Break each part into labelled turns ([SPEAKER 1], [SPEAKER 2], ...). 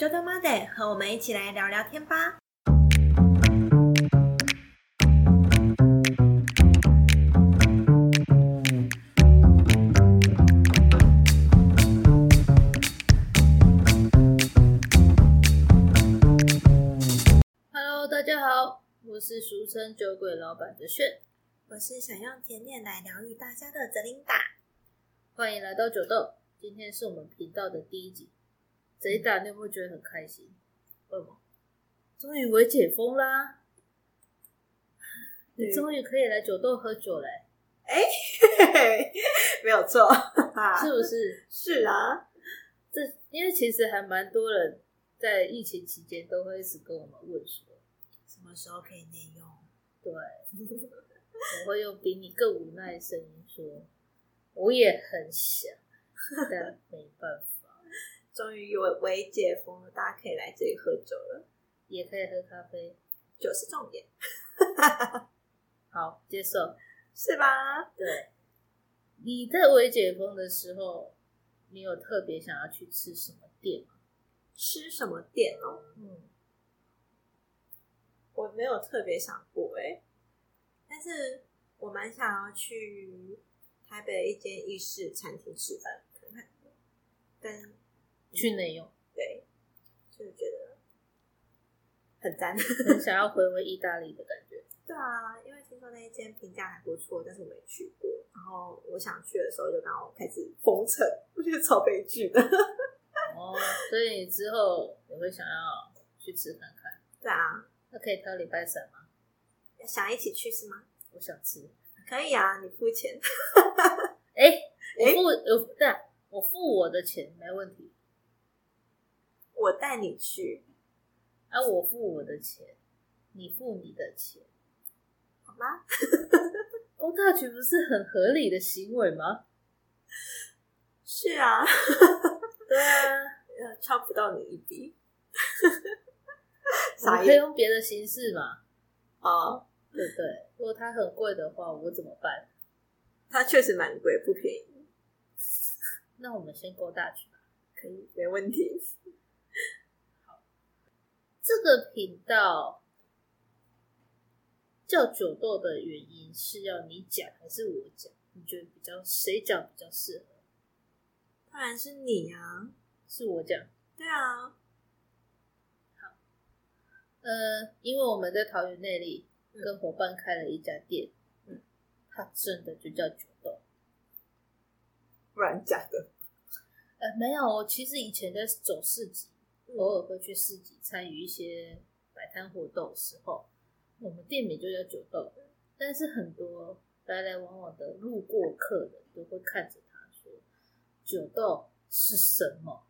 [SPEAKER 1] j o d o Monday，和我们一起来聊聊天吧。
[SPEAKER 2] Hello，大家好，我是俗称酒鬼老板的炫，
[SPEAKER 1] 我是想用甜点来疗愈大家的泽琳达。
[SPEAKER 2] 欢迎来到酒豆。今天是我们频道的第一集，这一打你有没有觉得很开心？为什么？终于微解封啦！你
[SPEAKER 1] 对
[SPEAKER 2] 终于可以来酒豆喝酒嘞、
[SPEAKER 1] 没有错，啊
[SPEAKER 2] 是不是？
[SPEAKER 1] 是啊，
[SPEAKER 2] 这因为其实还蛮多人在疫情期间都会一直跟我们问说，
[SPEAKER 1] 什么时候可以内用？
[SPEAKER 2] 对，我会用比你更无奈的声音说，我也很想，但没办法。
[SPEAKER 1] 终于有微解封了，大家可以来这里喝酒了，
[SPEAKER 2] 也可以喝咖啡。
[SPEAKER 1] 酒是重点，
[SPEAKER 2] 好，接受。
[SPEAKER 1] 是吧？
[SPEAKER 2] 对，你在微解封的时候，你有特别想要去吃什么店吗？
[SPEAKER 1] 吃什么店哦？
[SPEAKER 2] 嗯，
[SPEAKER 1] 我没有特别想过哎、但是我蛮想要去台北一间意式餐厅吃饭看看，但
[SPEAKER 2] 去内用，
[SPEAKER 1] 对，就是觉得很赞。
[SPEAKER 2] 很想要回味意大利的感觉。
[SPEAKER 1] 对啊，因为听说那一间评价还不错，但是我没去过。然后我想去的时候，就刚好开始封城，我觉得超悲剧的。
[SPEAKER 2] 哦，所以你之后也会想要去吃看看。
[SPEAKER 1] 对啊，
[SPEAKER 2] 那可以挑礼拜三吗？
[SPEAKER 1] 想一起去是吗？
[SPEAKER 2] 我想吃。
[SPEAKER 1] 可以啊，你付钱。
[SPEAKER 2] 哎、我
[SPEAKER 1] 哎
[SPEAKER 2] 付我对啊，我付我的钱没问题。
[SPEAKER 1] 我带你去，
[SPEAKER 2] 啊，我付我的钱，你付你的钱。
[SPEAKER 1] 好吗？
[SPEAKER 2] 公大局不是很合理的行为吗？
[SPEAKER 1] 是啊，
[SPEAKER 2] 对啊，
[SPEAKER 1] 呃，超不到你一笔。
[SPEAKER 2] 我
[SPEAKER 1] 傻
[SPEAKER 2] 们可
[SPEAKER 1] 眼
[SPEAKER 2] 以用别的形式嘛，
[SPEAKER 1] 哦，
[SPEAKER 2] 对不对？如果它很贵的话，我怎么办？
[SPEAKER 1] 它确实蛮贵，不便宜，
[SPEAKER 2] 那我们先勾大去吧。
[SPEAKER 1] 可以，没问题。
[SPEAKER 2] 这个频道叫酒豆的原因是要你讲还是我讲？你觉得比较谁讲比较适合？
[SPEAKER 1] 当然是你啊，
[SPEAKER 2] 是我讲。
[SPEAKER 1] 对啊，
[SPEAKER 2] 呃，因为我们在桃园内里
[SPEAKER 1] 嗯
[SPEAKER 2] 跟伙伴开了一家店，
[SPEAKER 1] 嗯
[SPEAKER 2] 嗯，它真的就叫酒豆。
[SPEAKER 1] 不然假的。
[SPEAKER 2] 呃，没有，我其实以前在走市集，偶尔会去市集参与一些摆摊活动的时候，我们店名就叫酒豆，但是很多来来往往的路过客人都会看着他说：“酒豆是什么？”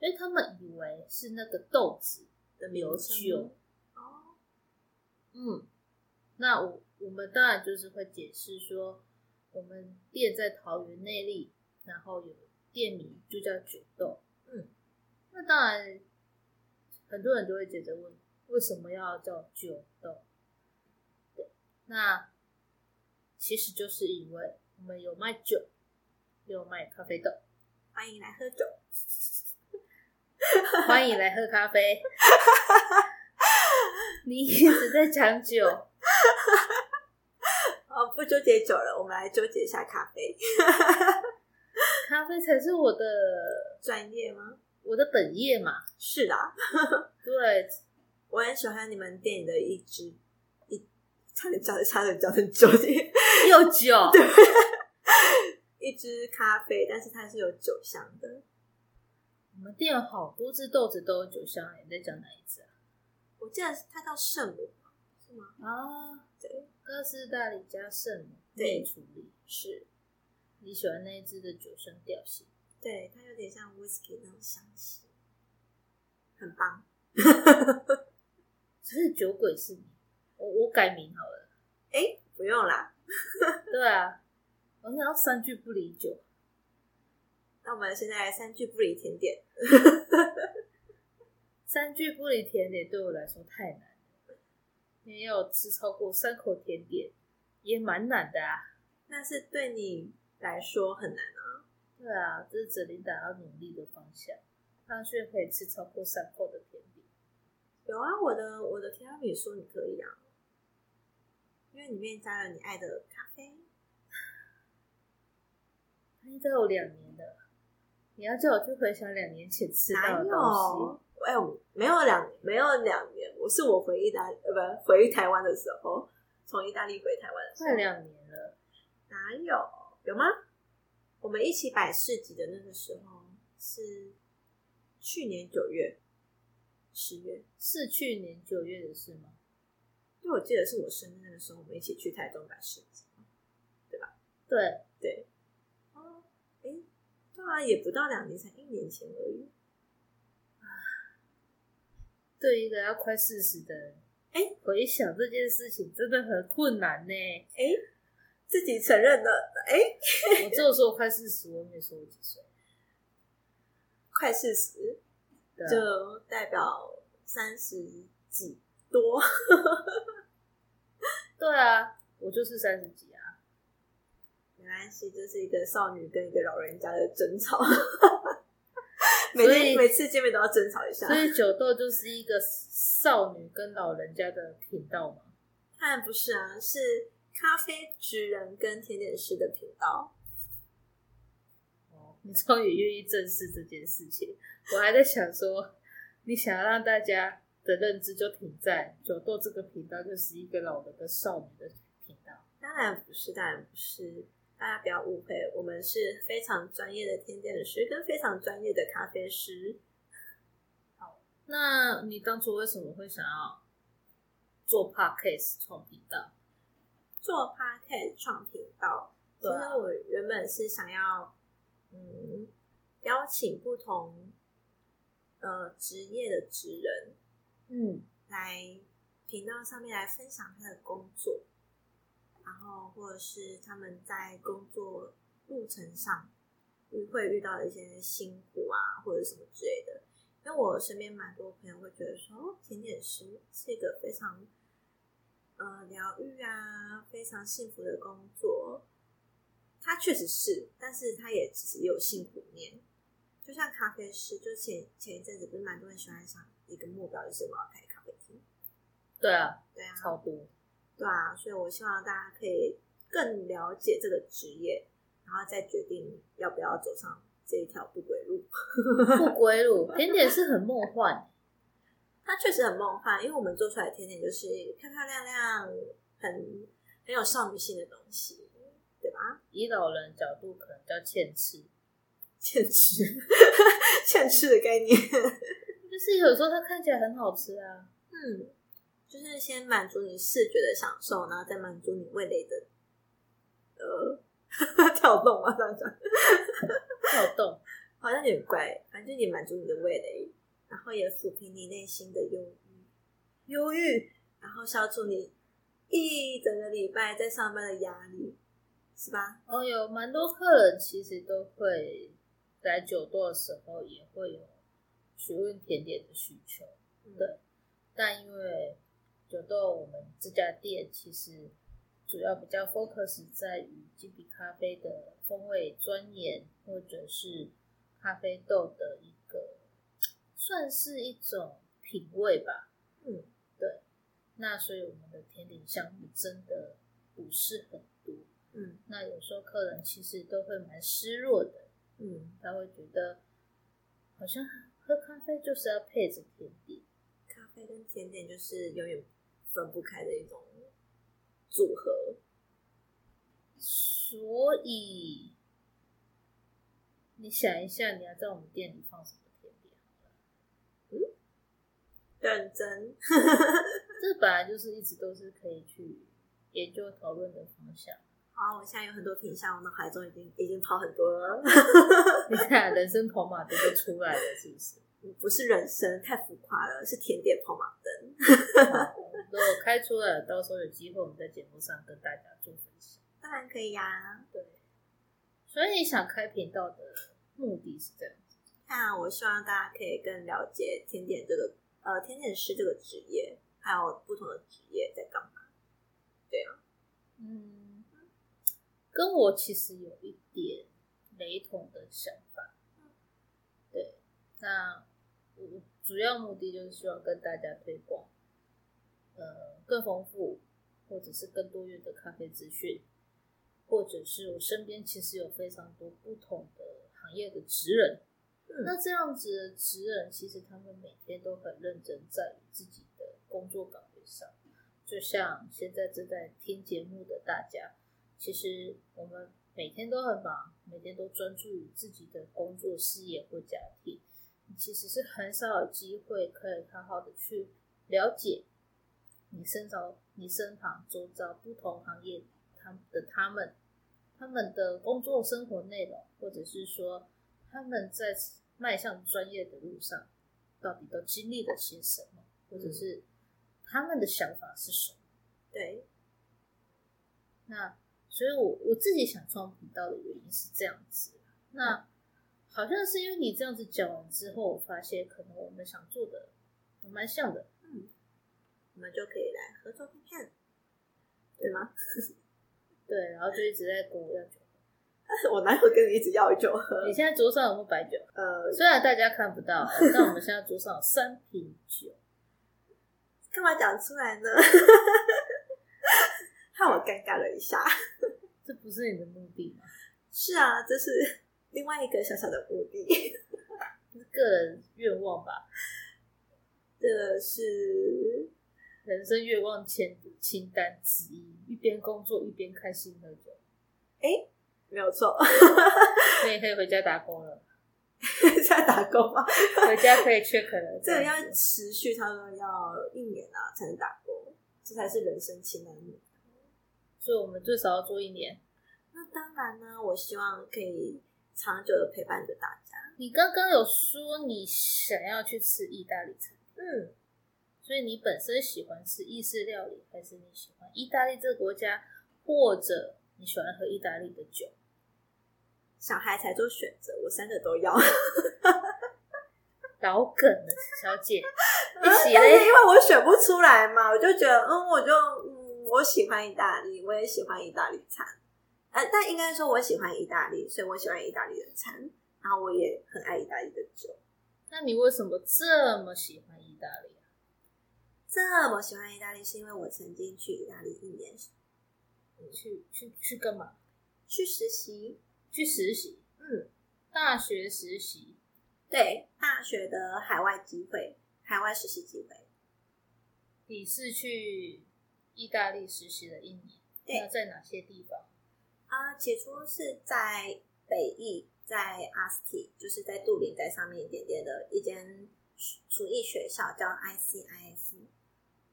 [SPEAKER 2] 因为他们以为是那个豆子
[SPEAKER 1] 的
[SPEAKER 2] 留
[SPEAKER 1] 酒
[SPEAKER 2] 酒。
[SPEAKER 1] 哦，
[SPEAKER 2] 嗯，那我我们当然就是会解释说，我们店在桃园内坜，然后有店名就叫九豆。
[SPEAKER 1] 嗯，
[SPEAKER 2] 那当然，很多人都会接着问，为什么要叫九豆？对，那其实就是因为我们有卖酒，也有卖咖啡豆，
[SPEAKER 1] 欢迎来喝酒。
[SPEAKER 2] 欢迎来喝咖啡。你一直在讲酒。
[SPEAKER 1] 哦，不纠结酒了，我们来纠结一下咖啡。
[SPEAKER 2] 咖啡才是我的
[SPEAKER 1] 专业吗？
[SPEAKER 2] 我的本业嘛。
[SPEAKER 1] 是啦，
[SPEAKER 2] 对，
[SPEAKER 1] 我很喜欢你们店里的一支一，差点叫差点叫成酒店，
[SPEAKER 2] 又酒，
[SPEAKER 1] 一支咖啡，但是它是有酒香的。
[SPEAKER 2] 我们店有好多只豆子都有酒香，你在讲哪一只啊？
[SPEAKER 1] 我记得它叫圣母，是吗？
[SPEAKER 2] 啊，
[SPEAKER 1] 对，
[SPEAKER 2] 哥斯达黎加圣母
[SPEAKER 1] 对
[SPEAKER 2] 内处理是。你喜欢那一只的酒香调性？
[SPEAKER 1] 对，它有点像 whisky 那种香气，很棒。
[SPEAKER 2] 只是酒鬼是你，我我改名好了。
[SPEAKER 1] 哎，不用啦，
[SPEAKER 2] 对啊，我想要三句不离酒。
[SPEAKER 1] 那我们现在来三句不离甜点，
[SPEAKER 2] 三句不离甜点对我来说太难了，没有吃超过三口甜点也蛮难的啊。
[SPEAKER 1] 那是对你来说很难啊。
[SPEAKER 2] 对啊，这是哲琳达要努力的方向。大学可以吃超过三扣的甜点。
[SPEAKER 1] 有啊，我的我的提拉米苏你可以啊，因为里面加了你爱的咖啡。
[SPEAKER 2] 他应该有两年了，你要叫我去回想两年前吃到
[SPEAKER 1] 哪
[SPEAKER 2] 的东
[SPEAKER 1] 有？哎、我没有两没有两年，我是我回意大呃不回台湾的时候，从意大利回台湾的
[SPEAKER 2] 西，
[SPEAKER 1] 时
[SPEAKER 2] 快
[SPEAKER 1] 候，
[SPEAKER 2] 两年了。
[SPEAKER 1] 哪有有吗？我们一起摆市集的那个时候是去年九月、十月，
[SPEAKER 2] 是去年九月的事吗？
[SPEAKER 1] 因为我记得是我生日那个时候，我们一起去台中摆市集。
[SPEAKER 2] 对，
[SPEAKER 1] 对，哦，哎、对啊，也不到两年，才一年前而已。
[SPEAKER 2] 对一个要快四十的人，
[SPEAKER 1] 哎
[SPEAKER 2] 回想这件事情真的很困难呢、
[SPEAKER 1] 哎、自己承认了，哎、
[SPEAKER 2] 我只有说我快四十，我没说我几岁。
[SPEAKER 1] 快四十，
[SPEAKER 2] 对啊、
[SPEAKER 1] 就代表三十几 多。
[SPEAKER 2] 对啊，我就是三十几啊。
[SPEAKER 1] 没关系，这是一个少女跟一个老人家的争 吵，每
[SPEAKER 2] 所
[SPEAKER 1] 天
[SPEAKER 2] 以
[SPEAKER 1] 每次见面都要争吵一下
[SPEAKER 2] 所。以九豆就是一个少女跟老人家的频道嘛。
[SPEAKER 1] 当然不是啊，是咖啡职人跟甜点师的频道。
[SPEAKER 2] 哦，你终于愿意正视这件事情。我还在想说，你想要让大家的认知就停在九豆这个频道就是一个老人跟少女的频道。
[SPEAKER 1] 当然不是，当然不是，大家不要误会，我们是非常专业的甜点师跟非常专业的咖啡师。
[SPEAKER 2] 那你当初为什么会想要做 podcast 创频道？
[SPEAKER 1] 做 podcast 创频道，其
[SPEAKER 2] 对
[SPEAKER 1] 实
[SPEAKER 2] 啊
[SPEAKER 1] 我原本是想要，嗯，邀请不同呃职业的职人
[SPEAKER 2] 嗯，
[SPEAKER 1] 来频道上面来分享他的工作，然后或者是他们在工作路程上遇会遇到的一些辛苦啊，或者什么之类的。因为我身边蛮多朋友会觉得说，哦甜点师是一个非常呃疗愈啊，非常幸福的工作。它确实是，但是它也其实也有辛苦面。就像咖啡师，就前前一阵子不是蛮多人喜欢想一个目标，就是我要开咖啡厅。
[SPEAKER 2] 对啊，
[SPEAKER 1] 对啊，
[SPEAKER 2] 超多。
[SPEAKER 1] 对啊，所以我希望大家可以更了解这个职业，然后再决定要不要走上这一条不归路。
[SPEAKER 2] 不归路，甜点是很梦幻，
[SPEAKER 1] 它确实很梦幻，因为我们做出来的甜点就是漂漂亮亮、很很有少女性的东西，对吧？
[SPEAKER 2] 以老人角度可能叫欠吃，
[SPEAKER 1] 欠吃，欠吃的概念。
[SPEAKER 2] 就是有时候它看起来很好吃啊。
[SPEAKER 1] 嗯，就是先满足你视觉的享受，然后再满足你味蕾的呃 跳动啊，这样讲
[SPEAKER 2] 跳动，
[SPEAKER 1] 好像有点怪，反正就你满足你的味蕾，然后也抚平你内心的忧郁，忧郁，然后消除你一整个礼拜在上班的压力，是吧？
[SPEAKER 2] 哦，有蛮多客人其实都会来酒座的时候也会有询问甜点的需求，对。但因为酒豆我们这家店其实主要比较 focus 在于精品咖啡的风味钻研，或者是咖啡豆的一个算是一种品味吧。
[SPEAKER 1] 嗯，
[SPEAKER 2] 对。那所以我们的甜点项目真的不是很多。
[SPEAKER 1] 嗯
[SPEAKER 2] 那有时候客人其实都会蛮失落的，
[SPEAKER 1] 嗯，
[SPEAKER 2] 他会觉得好像喝咖啡就是要配着甜点，
[SPEAKER 1] 咖啡跟甜点就是永远分不开的一种组合，
[SPEAKER 2] 所以你想一下，你要在我们店里放什么甜点？啊
[SPEAKER 1] 认真。
[SPEAKER 2] 这本来就是一直都是可以去研究讨论的方向。
[SPEAKER 1] 好，我现在有很多品相，我脑海中已经已经跑很多了，
[SPEAKER 2] 你看，人生跑马灯都出来了，是不是？
[SPEAKER 1] 不是人生太浮夸了，是甜点跑马灯。
[SPEAKER 2] 好如果开出来了，到时候有机会我们在节目上跟大家做分享。
[SPEAKER 1] 当然可以呀、
[SPEAKER 2] 对，所以你想开频道的目的是这样。
[SPEAKER 1] 那我希望大家可以更了解甜点这个呃甜点师这个职业，还有不同的职业在干嘛。
[SPEAKER 2] 嗯，跟我其实有一点雷同的想法。对，那我主要目的就是希望跟大家推广，呃，更丰富或者是更多元的咖啡资讯，或者是我身边其实有非常多不同的行业的职人，
[SPEAKER 1] 嗯
[SPEAKER 2] 那这样子的职人其实他们每天都很认真在于自己的工作岗位上，就像现在正在听节目的大家，其实我们每天都很忙，每天都专注于自己的工作、事业或家庭。你其实是很少有机会可以好好的去了解你身上、你身旁周遭不同行业他们的他们、他们的工作生活内容，或者是说他们在迈向专业的路上到底都经历了些什么，或者是他们的想法是什么。
[SPEAKER 1] 对，
[SPEAKER 2] 那所以我，我自己想创频道的原因是这样子。那好像是因为你这样子讲完之后，我发现可能我们想做的还蛮像的。
[SPEAKER 1] 我们就可以来合作看看，对吗？
[SPEAKER 2] 对，然后就一直在跟我要酒。
[SPEAKER 1] 我哪有跟你一直要酒喝？
[SPEAKER 2] 你现在桌上有没有白酒？
[SPEAKER 1] 呃，
[SPEAKER 2] 虽然大家看不到，但我们现在桌上有三瓶酒。
[SPEAKER 1] 干嘛讲出来呢？ 害我尴尬了一下。
[SPEAKER 2] 这不是你的目的吗？
[SPEAKER 1] 是啊，这是另外一个小小的目的。
[SPEAKER 2] 这是个人愿望吧，
[SPEAKER 1] 这是
[SPEAKER 2] 人生愿望前清单之一。一边工作一边开心喝酒，
[SPEAKER 1] 没有错，
[SPEAKER 2] 所以可以回家打工了，
[SPEAKER 1] 在打工吗？
[SPEAKER 2] 回家可以缺可能。
[SPEAKER 1] 这个要持续，差不多要一年啊才能打工，这才是人生清单目。
[SPEAKER 2] 所以我们最少要做一年。
[SPEAKER 1] 那当然呢，我希望可以长久的陪伴着大家。
[SPEAKER 2] 你刚刚有说你想要去吃意大利餐，
[SPEAKER 1] 嗯，
[SPEAKER 2] 所以你本身喜欢吃意式料理，还是你喜欢意大利这个国家，或者你喜欢喝意大利的酒？
[SPEAKER 1] 小孩才做选择，我三个都要。
[SPEAKER 2] 老梗了，小 姐，你
[SPEAKER 1] 但是
[SPEAKER 2] 洗
[SPEAKER 1] 因
[SPEAKER 2] 嘞？
[SPEAKER 1] 为我选不出来嘛，我就觉得，嗯，我就嗯，我喜欢意大利，我也喜欢意大利餐，呃，但应该说我喜欢意大利，所以我喜欢意大利的餐，然后我也很爱意大利的酒。
[SPEAKER 2] 那你为什么这么喜欢意大利啊？
[SPEAKER 1] 这么喜欢意大利，是因为我曾经去意大利一年
[SPEAKER 2] 去去去干嘛？
[SPEAKER 1] 去实习，
[SPEAKER 2] 去实习，
[SPEAKER 1] 嗯，
[SPEAKER 2] 大学实习。
[SPEAKER 1] 对，大学的海外机会，海外实习机会，
[SPEAKER 2] 你是去意大利实习了一年，
[SPEAKER 1] 对
[SPEAKER 2] 那在哪些地方？
[SPEAKER 1] 啊、起初是在北艺，在阿斯提，就是在杜林在上面一点点的一间厨艺学校，叫 ICIS，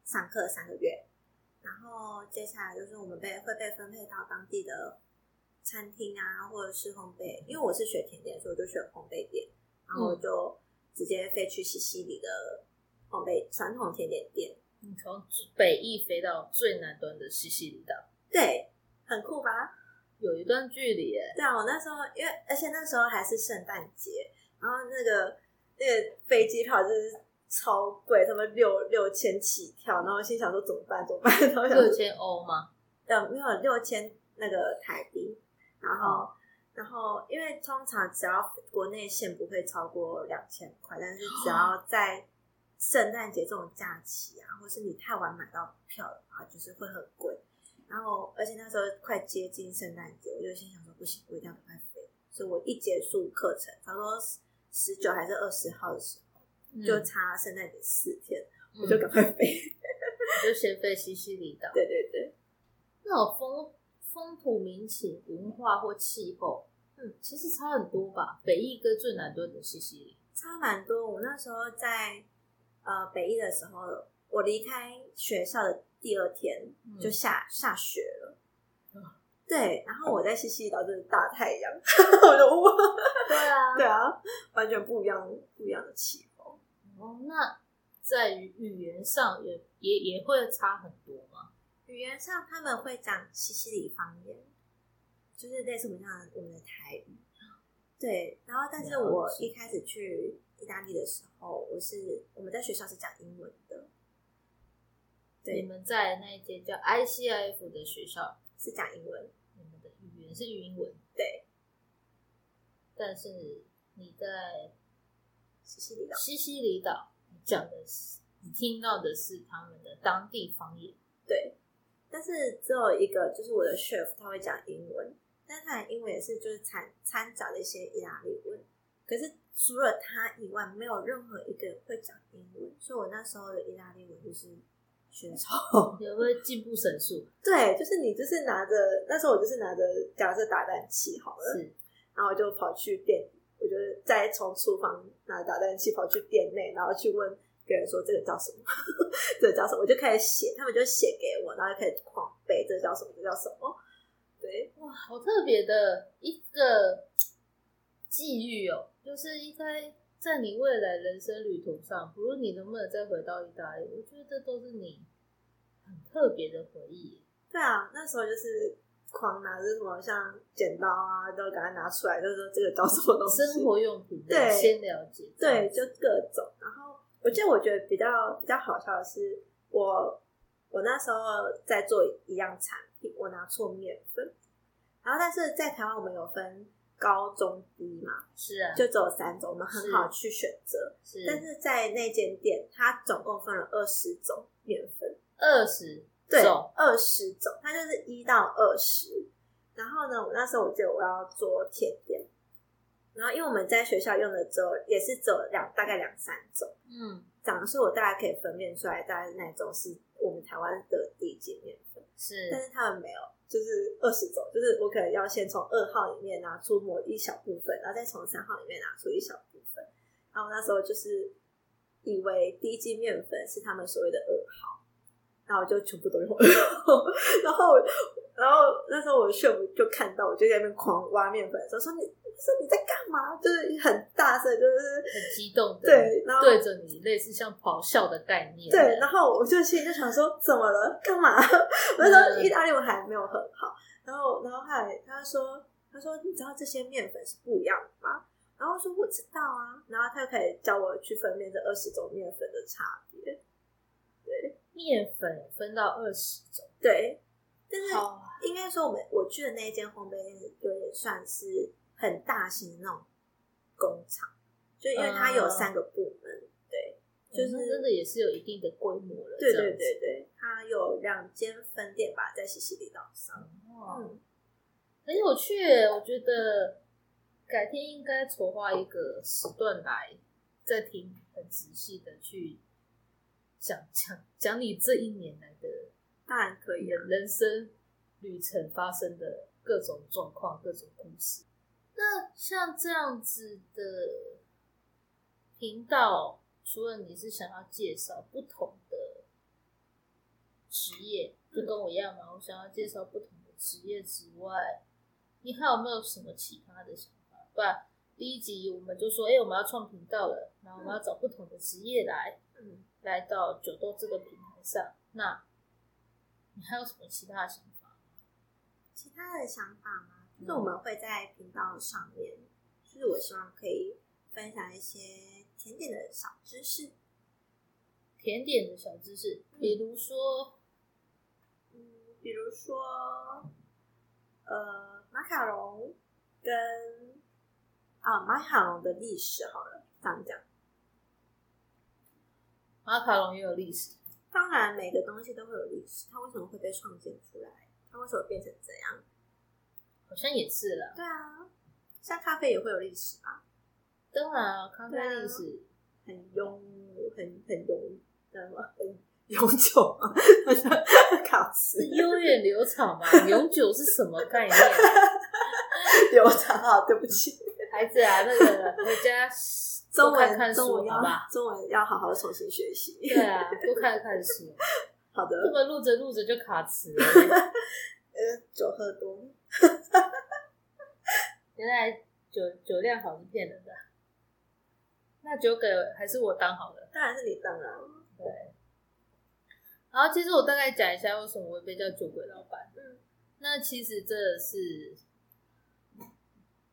[SPEAKER 1] 上课三个月。然后接下来就是我们被会被分配到当地的餐厅啊，或者是烘焙，因为我是学甜点，所以我就选烘焙店，然后我就直接飞去西西里的烘焙传统甜点店，
[SPEAKER 2] 你从北翼飞到最南端的西西里岛，
[SPEAKER 1] 对，很酷吧？
[SPEAKER 2] 有一段距离耶。
[SPEAKER 1] 对啊，我那时候因为而且那时候还是圣诞节，然后那个那个飞机票就是超贵，他们六六千起跳，然后我心想说怎么办怎么办， 然后想
[SPEAKER 2] 六千欧吗？
[SPEAKER 1] 呃没有六千那个台币，然后、然后因为通常只要国内线不会超过两千块，但是只要在圣诞节这种假期啊，或是你太晚买到票的话，就是会很贵。然后而且那时候快接近圣诞节，我就心想说不行，我一定要赶快飞，所以我一结束课程，差不多十九还是二十号的时候，就差圣诞节四天，
[SPEAKER 2] 嗯
[SPEAKER 1] 我就赶快飞。
[SPEAKER 2] 就先飞西西里岛，
[SPEAKER 1] 对对对。
[SPEAKER 2] 那种风风土民情、文化或气候，嗯，其实差很多吧。北翼跟最南端的西西里，
[SPEAKER 1] 差蛮多。我那时候在呃北一的时候，我离开学校的第二天、
[SPEAKER 2] 嗯
[SPEAKER 1] 就下下雪了。
[SPEAKER 2] 嗯
[SPEAKER 1] 对，然后我在西西里岛就是大太阳， 我就 哇，
[SPEAKER 2] 对啊
[SPEAKER 1] 对啊，完全不一样不一样的气候。
[SPEAKER 2] 哦，那在于语言上也也也会差很多嘛。
[SPEAKER 1] 语言上他们会讲西西里方言，就是类似我们像我们的台语。对，然后但是我
[SPEAKER 2] 了解
[SPEAKER 1] 一开始去意大利的时候，我是我们在学校是讲英文的，对
[SPEAKER 2] 你们在那一间叫 ICIF 的学校，
[SPEAKER 1] 是讲英文。
[SPEAKER 2] 你们的语言是英文，
[SPEAKER 1] 对，
[SPEAKER 2] 但是你在
[SPEAKER 1] 西西里岛，
[SPEAKER 2] 西西里岛，你讲的是你听到的是他们的当地方言，
[SPEAKER 1] 对。但是只有一个，就是我的 chef 他会讲英文，但他的英文也是就是掺掺杂了一些意大利文。可是除了他以外，没有任何一个会讲英文，所以我那时候的意大利文就是学超。
[SPEAKER 2] 有没有进步神速？
[SPEAKER 1] 对，就是你就是拿着那时候我就是拿着假设打蛋器好了，
[SPEAKER 2] 是
[SPEAKER 1] 然后我就跑去店，我就再从厨房拿打蛋器跑去店内，然后去问别人说这个叫什么， 这个叫什么，我就开始写，他们就写给我，然后就开始狂背这个叫什么，这个叫什么，对，
[SPEAKER 2] 哇，好特别的一个际遇哦，就是应该在你未来人生旅途上，不论你能不能再回到意大利，我觉得这都是你很特别的回忆耶。
[SPEAKER 1] 对啊，那时候就是狂拿着什么像剪刀啊，都赶快拿出来，就说这个叫什么东西，
[SPEAKER 2] 生活用品的
[SPEAKER 1] 对
[SPEAKER 2] 先了解，
[SPEAKER 1] 对，就各种。然后我记得我觉得比较比较好笑的是，我我那时候在做一样产品，我拿错面粉，然后但是在台湾我们有分高中低嘛，
[SPEAKER 2] 是啊，
[SPEAKER 1] 就只有三种，我们很
[SPEAKER 2] 是嗯
[SPEAKER 1] 好去选择。
[SPEAKER 2] 是啊
[SPEAKER 1] 但是在那间店，它总共分了二十种面粉。
[SPEAKER 2] 二十
[SPEAKER 1] 对，
[SPEAKER 2] 种
[SPEAKER 1] 二十种，它就是一到二十。然后呢，我那时候我记得我要做甜点，然后因为我们在学校用的只有也是只有两大概两三种，
[SPEAKER 2] 嗯，
[SPEAKER 1] 长所以我大概可以分辨出来，大概哪种是我们台湾的第一级面粉，
[SPEAKER 2] 是
[SPEAKER 1] 但是他们没有，就是二十种，就是我可能要先从二号里面拿出某一小部分，然后再从三号里面拿出一小部分。然后我那时候就是以为低筋面粉是他们所谓的二号，然后我就全部都用二号。然后我，然后那时候我的 chef 就看到，我就在那边狂挖面粉的时候说你，说你在干嘛？就是很大声，就是
[SPEAKER 2] 很激动的，
[SPEAKER 1] 对，然后
[SPEAKER 2] 对着你类似像咆哮的概念，
[SPEAKER 1] 对，然后我就心里就想说，怎么了？干嘛？ 我那
[SPEAKER 2] 嗯
[SPEAKER 1] 时候意大利文还没有很好，然后然后后来他说，他说你知道这些面粉是不一样的吗？然后我说我知道啊，然后他就开始教我去分辨这二十种面粉的差别。
[SPEAKER 2] 面粉分到二十种，
[SPEAKER 1] 对，但是
[SPEAKER 2] 好啊
[SPEAKER 1] 应该说我们我去的那一间烘焙店有点算是很大型的那种工厂，就因为它有
[SPEAKER 2] 嗯
[SPEAKER 1] 三个部门，对，就是
[SPEAKER 2] 嗯那真的也是有一定的规模了，
[SPEAKER 1] 对
[SPEAKER 2] 这
[SPEAKER 1] 对
[SPEAKER 2] 样子
[SPEAKER 1] 对对，它有两间分店吧，在西西里岛上。
[SPEAKER 2] 哦
[SPEAKER 1] 嗯，
[SPEAKER 2] 很有趣耶，我觉得改天应该筹划一个时段来，再听很仔细的去讲讲讲你这一年来的
[SPEAKER 1] 当然可以啊。
[SPEAKER 2] 人生旅程发生的各种状况、各种故事。那像这样子的频道，除了你是想要介绍不同的职业，就跟我一样嘛，我想要介绍不同的职业之外，你还有没有什么其他的想法？不然第一集我们就说，哎、我们要创频道了，然后我们要找不同的职业来。
[SPEAKER 1] 嗯，
[SPEAKER 2] 来到九豆这个平台上，那你还有什么其他的想法？
[SPEAKER 1] 其他的想法吗？就是我
[SPEAKER 2] 嗯
[SPEAKER 1] 们会在频道上面，就是我希望可以分享一些甜点的小知识。
[SPEAKER 2] 甜点的小知识，比如说，
[SPEAKER 1] 嗯，比如说，呃，马卡龙跟啊马卡龙的历史好了，这样讲。
[SPEAKER 2] 马卡龙也有历史，
[SPEAKER 1] 当然，每个东西都会有历史，它为什么会被创建出来？它为什么变成这样？
[SPEAKER 2] 好像也是啦。
[SPEAKER 1] 对啊，像咖啡也会有历史吧，
[SPEAKER 2] 当然啊，咖啡
[SPEAKER 1] 对啊
[SPEAKER 2] 历史，
[SPEAKER 1] 很庸，很很庸，叫什么？很 永久 吗？卡词
[SPEAKER 2] 是悠远流长嘛？永久是什么概念啊？
[SPEAKER 1] 流长啊，对不 起，
[SPEAKER 2] 孩子啊，那个回家
[SPEAKER 1] 中
[SPEAKER 2] 多
[SPEAKER 1] 文
[SPEAKER 2] 看看
[SPEAKER 1] 中
[SPEAKER 2] 书
[SPEAKER 1] 文
[SPEAKER 2] 好
[SPEAKER 1] 要
[SPEAKER 2] 吧？
[SPEAKER 1] 中文要好好重新学习。
[SPEAKER 2] 对啊，多看看书，
[SPEAKER 1] 好的，
[SPEAKER 2] 这么录着录着就卡词了。
[SPEAKER 1] 呃，酒喝多，
[SPEAKER 2] 原来酒酒量好是骗人的，啊那酒给还是我当好了。
[SPEAKER 1] 当然是你当啊然，
[SPEAKER 2] 然后其实我大概讲一下为什么我会被叫酒鬼老板。嗯，那其实这是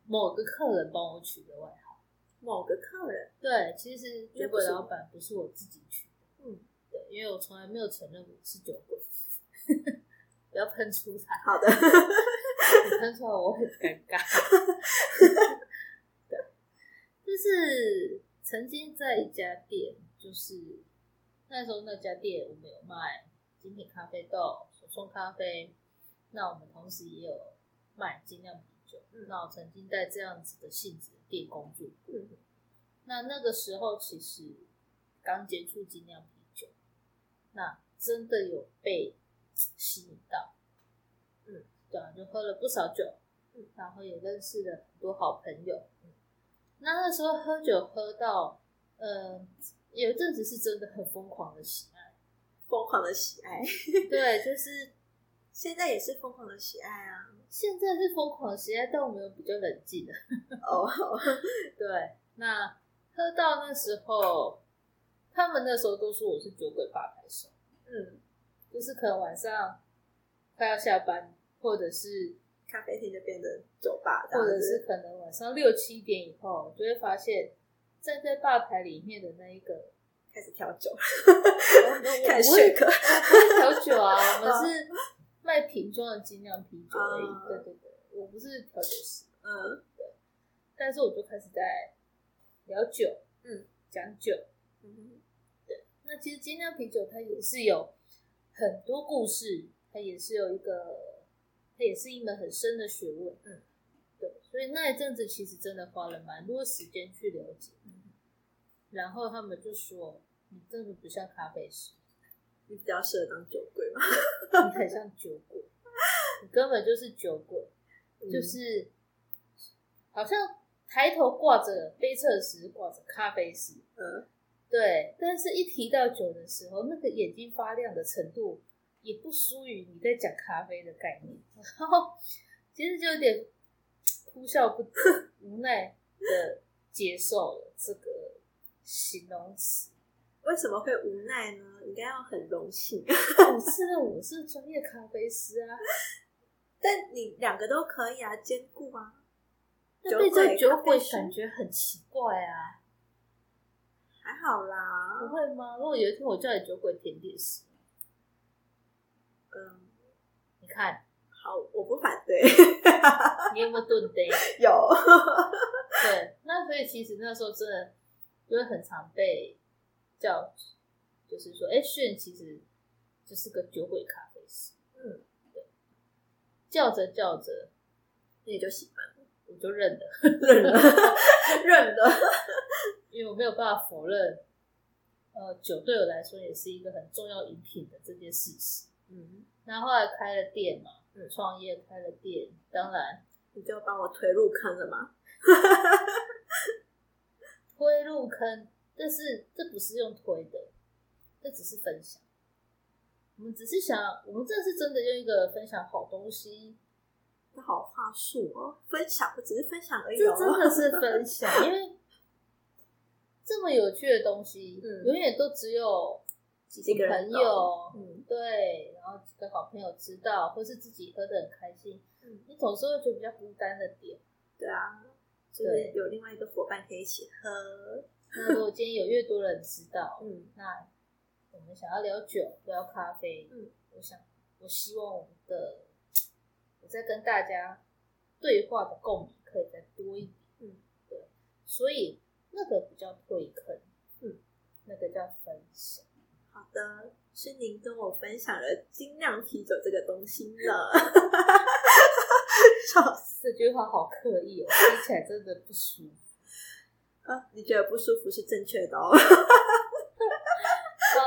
[SPEAKER 2] 某个客人帮我取的外号。
[SPEAKER 1] 某个客 人，
[SPEAKER 2] 对，其实酒鬼老板不是我自己取的。
[SPEAKER 1] 嗯，
[SPEAKER 2] 对，因为我从来没有承认我是酒鬼。 不要喷出来，
[SPEAKER 1] 好的，
[SPEAKER 2] 你喷出来我很尴尬。对，就是曾经在一家店，就是那时候那家店我们有卖精品咖啡豆、手冲咖啡，那我们同时也有卖精酿啤酒。
[SPEAKER 1] 嗯
[SPEAKER 2] 那我曾经在这样子的性质的店工作过。
[SPEAKER 1] 嗯
[SPEAKER 2] 那那个时候其实刚接触精酿啤酒，那真的有被吸引到，嗯，对啊，就喝了不少酒，
[SPEAKER 1] 嗯
[SPEAKER 2] 然后也认识了很多好朋友，嗯，那那时候喝酒喝到，嗯，有一阵子是真的很疯狂的喜爱，
[SPEAKER 1] 疯狂的喜爱，
[SPEAKER 2] 对，就是
[SPEAKER 1] 现在也是疯狂的喜爱 啊。
[SPEAKER 2] 现在是疯狂的喜爱，但我们有比较冷静的，
[SPEAKER 1] 哦，
[SPEAKER 2] 对，那喝到那时候，他们那时候都说我是酒鬼八牌手。
[SPEAKER 1] 嗯，
[SPEAKER 2] 就是可能晚上快要下班，或者是
[SPEAKER 1] 咖啡厅就变成酒吧这
[SPEAKER 2] 或
[SPEAKER 1] 样子，
[SPEAKER 2] 者是可能晚上六七点以后，就会发现站在吧台里面的那一个，
[SPEAKER 1] 开始调酒，
[SPEAKER 2] 我们我
[SPEAKER 1] 开始
[SPEAKER 2] 不会
[SPEAKER 1] 学课。
[SPEAKER 2] 我不会调酒啊，我们是卖瓶装的精酿啤酒
[SPEAKER 1] 啊
[SPEAKER 2] 而已。对对对，我不是调酒师，
[SPEAKER 1] 嗯
[SPEAKER 2] 但是我就开始在聊酒，
[SPEAKER 1] 嗯，
[SPEAKER 2] 讲酒。
[SPEAKER 1] 嗯
[SPEAKER 2] 那其实精酿啤酒它也是有很多故事，它也是有一个，它也是一门很深的学问。
[SPEAKER 1] 嗯，
[SPEAKER 2] 对，所以那一阵子其实真的花了蛮多时间去了解。
[SPEAKER 1] 嗯，
[SPEAKER 2] 然后他们就说：“你真的不像咖啡师，
[SPEAKER 1] 你比较适合当酒鬼嘛，
[SPEAKER 2] 你很像酒鬼，你根本就是酒鬼，
[SPEAKER 1] 嗯
[SPEAKER 2] 就是好像抬头挂着杯测时挂着咖啡师。”
[SPEAKER 1] 嗯
[SPEAKER 2] 对，但是一提到酒的时候，那个眼睛发亮的程度也不输于你在讲咖啡的概念，然后其实就有点哭笑不得，无奈的接受了这个形容词。
[SPEAKER 1] 为什么会无奈呢？应该要很荣幸，
[SPEAKER 2] 我自认我哦是专业咖啡师啊，
[SPEAKER 1] 但你两个都可以啊，兼顾啊。
[SPEAKER 2] 那被这
[SPEAKER 1] 酒
[SPEAKER 2] 酒
[SPEAKER 1] 鬼
[SPEAKER 2] 鬼
[SPEAKER 1] 咖啡师
[SPEAKER 2] 感觉很奇怪啊，
[SPEAKER 1] 还好
[SPEAKER 2] 不
[SPEAKER 1] 啦，
[SPEAKER 2] 会吗？如果有一天我叫你酒鬼甜点师，
[SPEAKER 1] 嗯，
[SPEAKER 2] 你看
[SPEAKER 1] 好，我不反对，
[SPEAKER 2] 你有没有顿呆？
[SPEAKER 1] 有，
[SPEAKER 2] 对，那所以其实那时候真的就会很常被叫，就是说，哎、炫其实就是个酒鬼咖啡师。
[SPEAKER 1] 嗯，
[SPEAKER 2] 叫着叫着
[SPEAKER 1] 你就喜欢
[SPEAKER 2] 我就认了，
[SPEAKER 1] 认了，认了，
[SPEAKER 2] 因为我没有办法否认，呃，酒对我来说也是一个很重要饮品的这件事实。
[SPEAKER 1] 嗯，
[SPEAKER 2] 那后来开了店嘛
[SPEAKER 1] 嗯，
[SPEAKER 2] 创业开了店，当然
[SPEAKER 1] 你就把我推入坑了嘛，
[SPEAKER 2] 推入坑，但是这不是用推的，这只是分享。我们只是想，我们这是真的用一个分享好东西，
[SPEAKER 1] 这好话术哦，分享，我只是分享而已、
[SPEAKER 2] 这
[SPEAKER 1] 哦，
[SPEAKER 2] 真的是分享，因为这么有趣的东西，
[SPEAKER 1] 嗯
[SPEAKER 2] 永远都只有几
[SPEAKER 1] 几个
[SPEAKER 2] 个
[SPEAKER 1] 人
[SPEAKER 2] 朋友，
[SPEAKER 1] 嗯
[SPEAKER 2] 对，然后几个好朋友知道，或是自己喝的很开心，
[SPEAKER 1] 嗯，
[SPEAKER 2] 你总是会觉得比较孤单的点。
[SPEAKER 1] 对啊，就是有另外一个伙伴可以一起喝，
[SPEAKER 2] 那如果今天有越多人知道，
[SPEAKER 1] 嗯
[SPEAKER 2] 那我们想要聊酒、聊咖啡，
[SPEAKER 1] 嗯，
[SPEAKER 2] 我想，我希望我们的我在跟大家对话的共鸣可以再多一点，
[SPEAKER 1] 嗯，
[SPEAKER 2] 对，所以那个不叫退坑，
[SPEAKER 1] 嗯，
[SPEAKER 2] 那个叫分享，
[SPEAKER 1] 好的，是您跟我分享了精酿啤酒这个东西呢，笑死
[SPEAKER 2] 这句话好刻意哦，听起来真的不舒服。
[SPEAKER 1] 啊！你觉得不舒服是正确的哦，
[SPEAKER 2] 好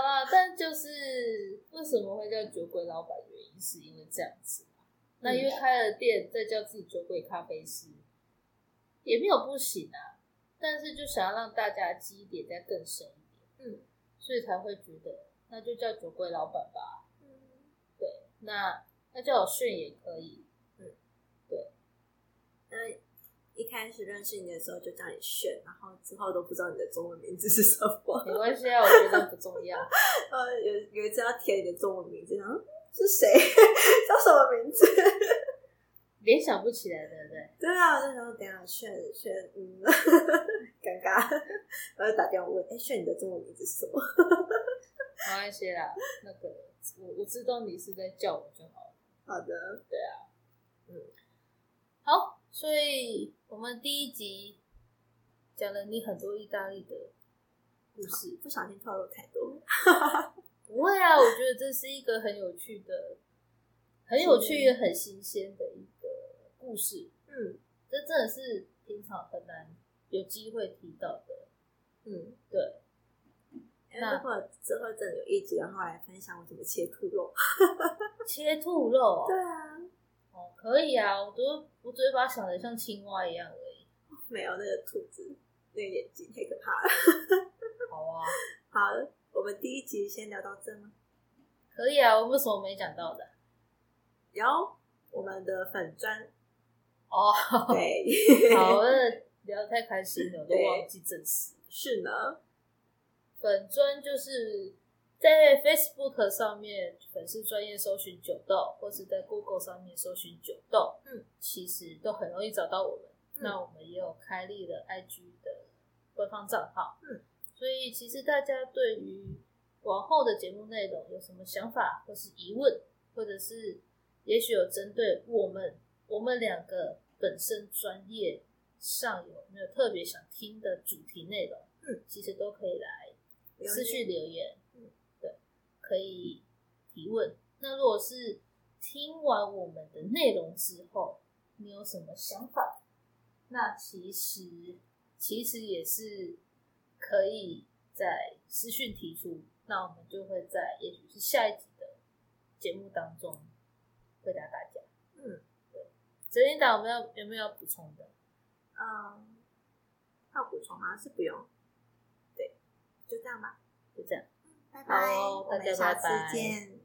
[SPEAKER 2] 啦，但就是为什么会叫酒鬼老板，原因是因为这样子嘛。那因为开了店，再叫自己酒鬼咖啡师，也没有不行啊。但是就想要让大家记忆点再更深一点，
[SPEAKER 1] 嗯，
[SPEAKER 2] 所以才会觉得那就叫酒鬼老板吧。
[SPEAKER 1] 嗯
[SPEAKER 2] 对，那那叫我炫也可以，
[SPEAKER 1] 那一开始认识你的时候就叫你炫，然后之后都不知道你的中文名字是什 么。
[SPEAKER 2] 没关系啊，我觉得不重要。
[SPEAKER 1] 呃，有有一次要填你的中文名字，然后嗯是谁 叫什么名字？
[SPEAKER 2] 联想不起来，对不对？
[SPEAKER 1] 对啊，那时候等一下炫炫，嗯， 尴尬，然后打电话问，哎、炫你的中文名字是什么？
[SPEAKER 2] 没关系啦，那个我我知道你是在叫我就好了。
[SPEAKER 1] 好的，
[SPEAKER 2] 好，所以我们第一集讲了你很多意大利的故事。
[SPEAKER 1] 不小心透露太多。
[SPEAKER 2] 不会啊，我觉得这是一个很有趣的、很有趣也很新鲜的一个故事。
[SPEAKER 1] 嗯
[SPEAKER 2] 这真的是平常很难有机会提到的。
[SPEAKER 1] 嗯，
[SPEAKER 2] 对，
[SPEAKER 1] 因哎为如果之后真的有一集的话，来分享我怎么切兔肉。
[SPEAKER 2] 切兔肉哦，
[SPEAKER 1] 啊，
[SPEAKER 2] 哦可以啊，我都我只会把它想的像青蛙一样而已。
[SPEAKER 1] 没有那个兔子，那个眼睛太可怕了。嗯
[SPEAKER 2] 好啊，
[SPEAKER 1] 好，我们第一集先聊到这吗？
[SPEAKER 2] 可以啊，我为什么没讲到的？
[SPEAKER 1] 然后我们的粉砖，
[SPEAKER 2] 哦，
[SPEAKER 1] 对，
[SPEAKER 2] 好，那聊得太开心了，我都
[SPEAKER 1] 对
[SPEAKER 2] 忘记正事。
[SPEAKER 1] 是呢，
[SPEAKER 2] 粉专就是在 Facebook 上面粉丝专业搜寻九豆，或是在 Google 上面搜寻九豆，
[SPEAKER 1] 嗯，
[SPEAKER 2] 其实都很容易找到我们。
[SPEAKER 1] 嗯
[SPEAKER 2] 那我们也有开立了 IG 的官方账号，
[SPEAKER 1] 嗯，
[SPEAKER 2] 所以其实大家对于往后的节目内容有什么想法或是疑问，或者是也许有针对我们我们两个本身专业上有没有特别想听的主题内容，
[SPEAKER 1] 嗯，
[SPEAKER 2] 其实都可以来
[SPEAKER 1] 留言
[SPEAKER 2] 私讯留言，
[SPEAKER 1] 嗯
[SPEAKER 2] 对，可以提问。那如果是听完我们的内容之后，你有什么想法？那其实其实也是可以在私讯提出，那我们就会在也许是下一集的节目当中回答大家。
[SPEAKER 1] 嗯，
[SPEAKER 2] 对。泽林达有没有有没有要补充的？
[SPEAKER 1] 嗯，要补充吗？是不用，对，就这样吧，
[SPEAKER 2] 就这样。
[SPEAKER 1] 拜
[SPEAKER 2] 好
[SPEAKER 1] 拜，
[SPEAKER 2] 哦
[SPEAKER 1] 我
[SPEAKER 2] 大
[SPEAKER 1] 们
[SPEAKER 2] 家
[SPEAKER 1] 下
[SPEAKER 2] 拜拜
[SPEAKER 1] 次见。